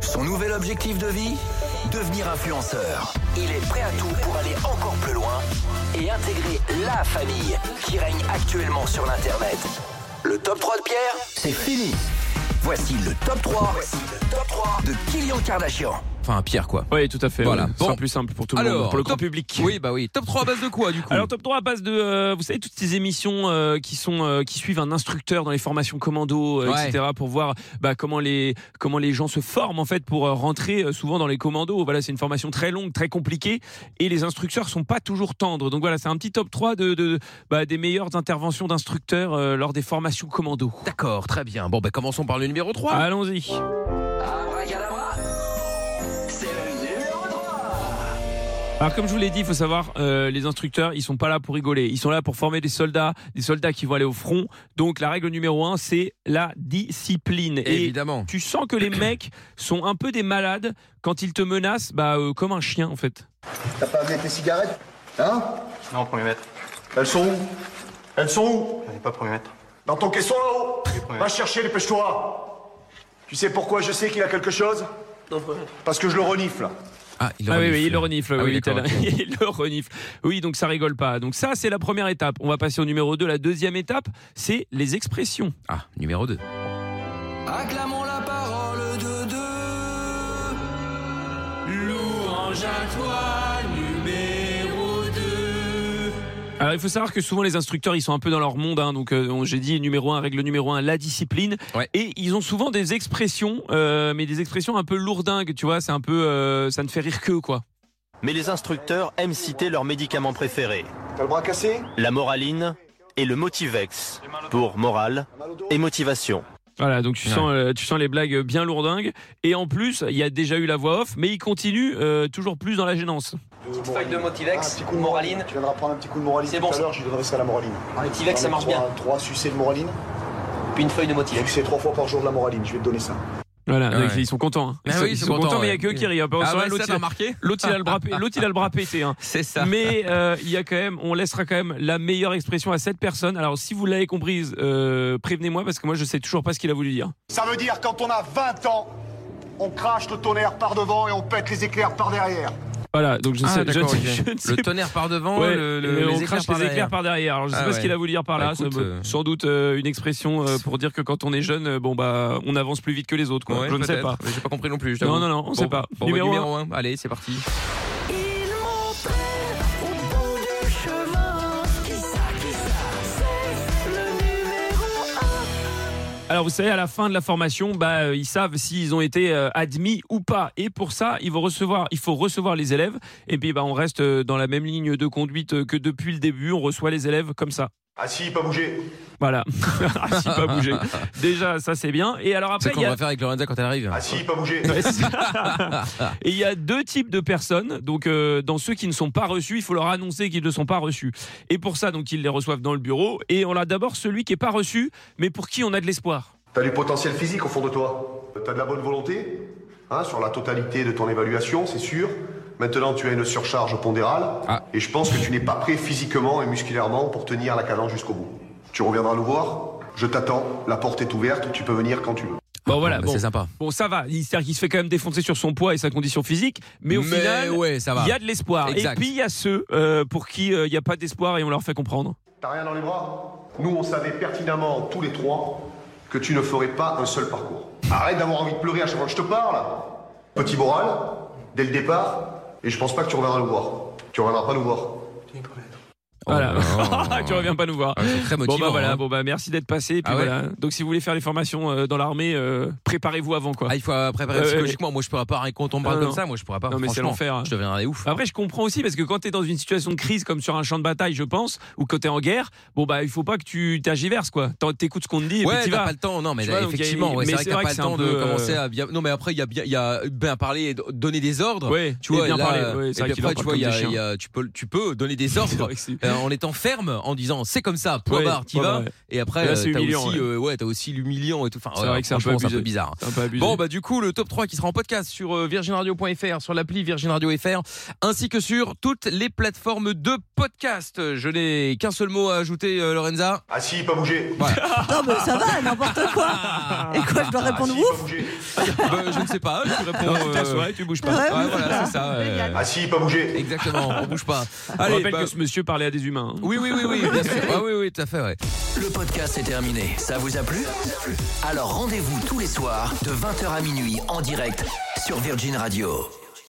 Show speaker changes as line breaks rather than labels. Son nouvel objectif de vie Devenir influenceur. Il est prêt à tout pour aller encore plus loin et intégrer la famille qui règne actuellement sur l'Internet. Le top 3 de Pierre, c'est fini. Voici le top 3, de Kylian Kardashian.
Enfin, Pierre, quoi.
Oui, tout à fait.
Voilà.
Voilà.
Bon.
plus simple pour tout le
Alors,
monde, pour le grand
top-
public.
Oui, bah oui. Top 3 à base de quoi, du coup
Alors top 3 à base de euh, vous savez toutes ces émissions euh, qui sont euh, qui suivent un instructeur dans les formations commando euh,
Ouais.
etc pour voir bah, comment les comment les gens se forment en fait pour euh, rentrer euh, souvent dans les commandos voilà c'est une formation très longue très compliquée et les instructeurs sont pas toujours tendres donc voilà c'est un petit top 3 de, de- bah, des meilleures interventions d'instructeurs euh, lors des formations commando
D'accord, très bien. Bon, bah commençons par le numéro
Ah.
3.
allons-y
Abracadabra, c'est le numéro 3.
Alors comme je vous l'ai dit, il faut savoir, euh, les instructeurs, ils sont pas là pour rigoler. Ils sont là pour former des soldats, des soldats qui vont aller au front. Donc la règle numéro un, c'est la discipline. Et
Évidemment.
tu sens que les mecs sont un peu des malades quand ils te menacent, bah euh, comme un chien en fait.
T'as pas amené tes cigarettes Hein
Non, premier mètre.
Elles sont où Elles sont où
J'en ai pas premier mètre.
Dans ton caisson là-haut
premières.
Va chercher, dépêche-toi Tu sais pourquoi je sais qu'il a quelque chose Parce que je le renifle.
Ah, il
Ah oui,
renifle.
oui, il le renifle.
Ah
oui,
d'accord,
t'as la-
ok.
il le renifle. Oui, donc ça rigole pas. Donc ça, c'est la première étape. On va passer au numéro 2. La deuxième étape, c'est les expressions.
Ah, numéro 2.
Acclamons la parole de deux.
Louange à toi, numéro 2. Alors, il faut savoir que souvent les instructeurs, ils sont un peu dans leur monde. hein. donc, euh, on- j'ai dit numéro 1, règle numéro 1, la discipline.
Ouais.
Et ils ont souvent des expressions, euh, mais des expressions un peu lourdingues, tu vois. C'est un peu. euh, ça ne fait rire qu'eux, quoi.
Mais les instructeurs aiment citer leurs médicaments préférés,
T'as le bras cassé
la moraline et le motivex, pour morale et motivation.
Voilà, donc tu sens, euh, tu sens les blagues bien lourdingues. Et en plus, il y a déjà eu la voix off, mais ils continuent euh, toujours plus dans la gênance.
Petite
feuille de Motivex,
Ah, un petit coup de
Moraline.
Tu viendras prendre un petit coup de moraline
C'est
tout
bon,
à
ça. Ah,
l'heure, je lui donnerai ça à la moraline.
Motivex, ça marche bien.
Trois sucés de moraline.
Puis une feuille de motivex.
Sucés trois fois par jour de la moraline, je vais te donner ça.
Voilà,
Ouais.
donc ils sont contents. hein. Ils,
Ah
sont,
oui,
ils sont contents, mais il n'y a que eux
ouais.
qui rient. Après, on
Ah
saura
ouais,
l'autre,
ça,
il
t'as
a-
remarqué
l'autre, il a le bras pé- l'autre, il a le bras pété. hein.
C'est ça.
Mais euh, il y a quand même, on laissera quand même la meilleure expression à cette personne. Alors si vous l'avez comprise, euh, prévenez-moi parce que moi je sais toujours pas ce qu'il a voulu dire.
Ça veut dire quand on a 20 ans, on crache le tonnerre par devant et on pète les éclairs par derrière.
Voilà, donc je,
Ah,
sais, je,
d'accord,
ne-
ok.
je ne sais
Le tonnerre par devant,
Ouais,
le, le-
euh,
les
on
éclairs
crache
par
les éclairs
derrière.
par derrière. Alors je sais
Ah
pas ce
ouais.
qu'il a voulu dire par
Bah,
là.
écoute,
Ça me-
euh,
Sans doute euh, une expression euh, pour dire que quand on est jeune, euh, bon bah on avance plus vite que les autres. Quoi.
Ouais,
je ne sais
peut-être.
pas.
J'ai pas compris non plus. je
Non,
t'avoue.
non, non, on sait pas.
bon, bah,
Numéro
numéro 1. Allez, c'est parti.
Il montrait au bout du chemin. Qui ça, qui ça C'est le numéro
Alors vous savez, à la fin de la formation, bah, euh, ils savent s'ils ont été euh, admis ou pas. Et pour ça, ils vont recevoir, il faut recevoir les élèves. Et puis bah, on reste euh, dans la même ligne de conduite euh, que depuis le début. On reçoit les élèves comme ça.
Assis, pas bouger.
Voilà. Ah, si, pas bouger. Déjà, ça c'est bien. Et alors
C'est
après,
qu'on
il y a...
va faire avec Lorenza quand elle arrive.
Assis, pas bouger.
Ouais, c'est- Et il y a deux types de personnes. Donc, euh, dans ceux qui ne sont pas reçus, il faut leur annoncer qu'ils ne sont pas reçus. Et pour ça, donc, ils les reçoivent dans le bureau. Et on a d'abord celui qui n'est pas reçu, mais pour qui on a de l'espoir.
T'as du potentiel physique au fond de toi. T'as de la bonne volonté, hein, sur la totalité de ton évaluation, c'est sûr. Maintenant, tu as une surcharge pondérale.
Ah.
Et je pense que tu n'es pas prêt physiquement et musculairement pour tenir la cadence jusqu'au bout. Tu reviendras nous voir. Je t'attends. La porte est ouverte. Tu peux venir quand tu veux.
Bon, voilà.
bah,
bon.
c'est sympa.
Bon, ça va. Il, c'est-à-dire qu'il se fait quand même défoncer sur son poids et sa condition physique. Mais au final,
ouais, ça va.
il y a de l'espoir. Et
Exact.
puis, il y a ceux euh, pour qui euh, il n'y a pas d'espoir et on leur fait comprendre.
T'as rien dans les bras Nous, on savait pertinemment, tous les trois, que tu ne ferais pas un seul parcours. Arrête d'avoir envie de pleurer à chaque fois que je te parle. Petit moral, dès le départ, et je pense pas que tu reviendras nous voir. Tu reviendras pas nous voir.
Voilà.
Oh là là.
tu reviens pas nous voir.
Ah, c'est très motivant.
Bon bah voilà,
hein.
bon bah merci d'être passé. Et puis
Ah ouais.
voilà. Donc si vous voulez faire les formations euh, dans l'armée, euh, préparez-vous avant quoi.
Ah, il faut euh, préparer
Euh,
psychologiquement. Moi, je pourrais pas rien quand on parle
Non,
comme
non.
ça. Moi, je pourrais pas.
Non, mais c'est
franchement,
l'enfer, hein.
Je deviendrais ouf.
Après, je comprends aussi parce que quand tu es dans une situation de crise comme sur un champ de bataille, je pense, ou quand tu es en guerre, bon bah il faut pas que tu t'agiverses quoi. T'en- T'écoutes ce qu'on te dit et
Ouais,
puis tu
t'as
vas.
pas le temps. Non, mais
Tu vois, donc,
effectivement,
il y a-
ouais,
mais
c'est vrai qu'il
c'est
n'y a
vrai
pas
que
le
c'est un
temps de
peu, euh,
commencer à bien. Non, mais après, il y a bien, il y a bien parler et do- donner des ordres.
Ouais,
Tu vois,
bien
là,
parlé.
euh,
Ouais,
et
c'est vrai
puis
qu'il en
après, tu
parle
vois,
comme
il y a-
des chiens.
il y a- tu peux, tu peux donner des
C'est
ordres.
vrai que c'est-
Euh, euh, en étant ferme, en disant c'est comme ça, point
Ouais,
barre, t'y
ouais,
vas.
ouais.
Et après,
Et là,
euh,
c'est
t'as
humiliant,
aussi,
ouais.
euh, ouais, t'as aussi l'humiliant et tout. Enfin,
C'est
ouais,
vrai que c'est un peu
franchement,
abusé.
bizarre.
C'est un peu abusé.
Bon, bah, du coup, le top 3 qui sera en podcast sur euh, virginradio.fr, sur l'appli Virgin Radio FR, ainsi que sur toutes les plateformes de podcast. Je n'ai qu'un seul mot à ajouter, euh, Lorenza.
Ah si, pas bouger.
Non, mais ça va, n'importe quoi. Et quoi, je dois
Ah
répondre
si, pas
ouf
bouger.
Bah, je ne sais pas, tu réponds.
Tu
euh,
t'assois et tu bouges pas.
Ouais,
ouais, voilà, c'est ça. euh,
Ah si, pas bouger.
exactement, on bouge pas.
on
Allez,
rappelle
bah,
que ce monsieur parlait à des humains. hein.
oui, oui, oui, oui, bien sûr. Ah, oui, oui, tout à fait, ouais.
Le podcast est terminé. Ça vous a plu Alors rendez-vous tous les soirs de 20h à minuit en direct sur Virgin Radio.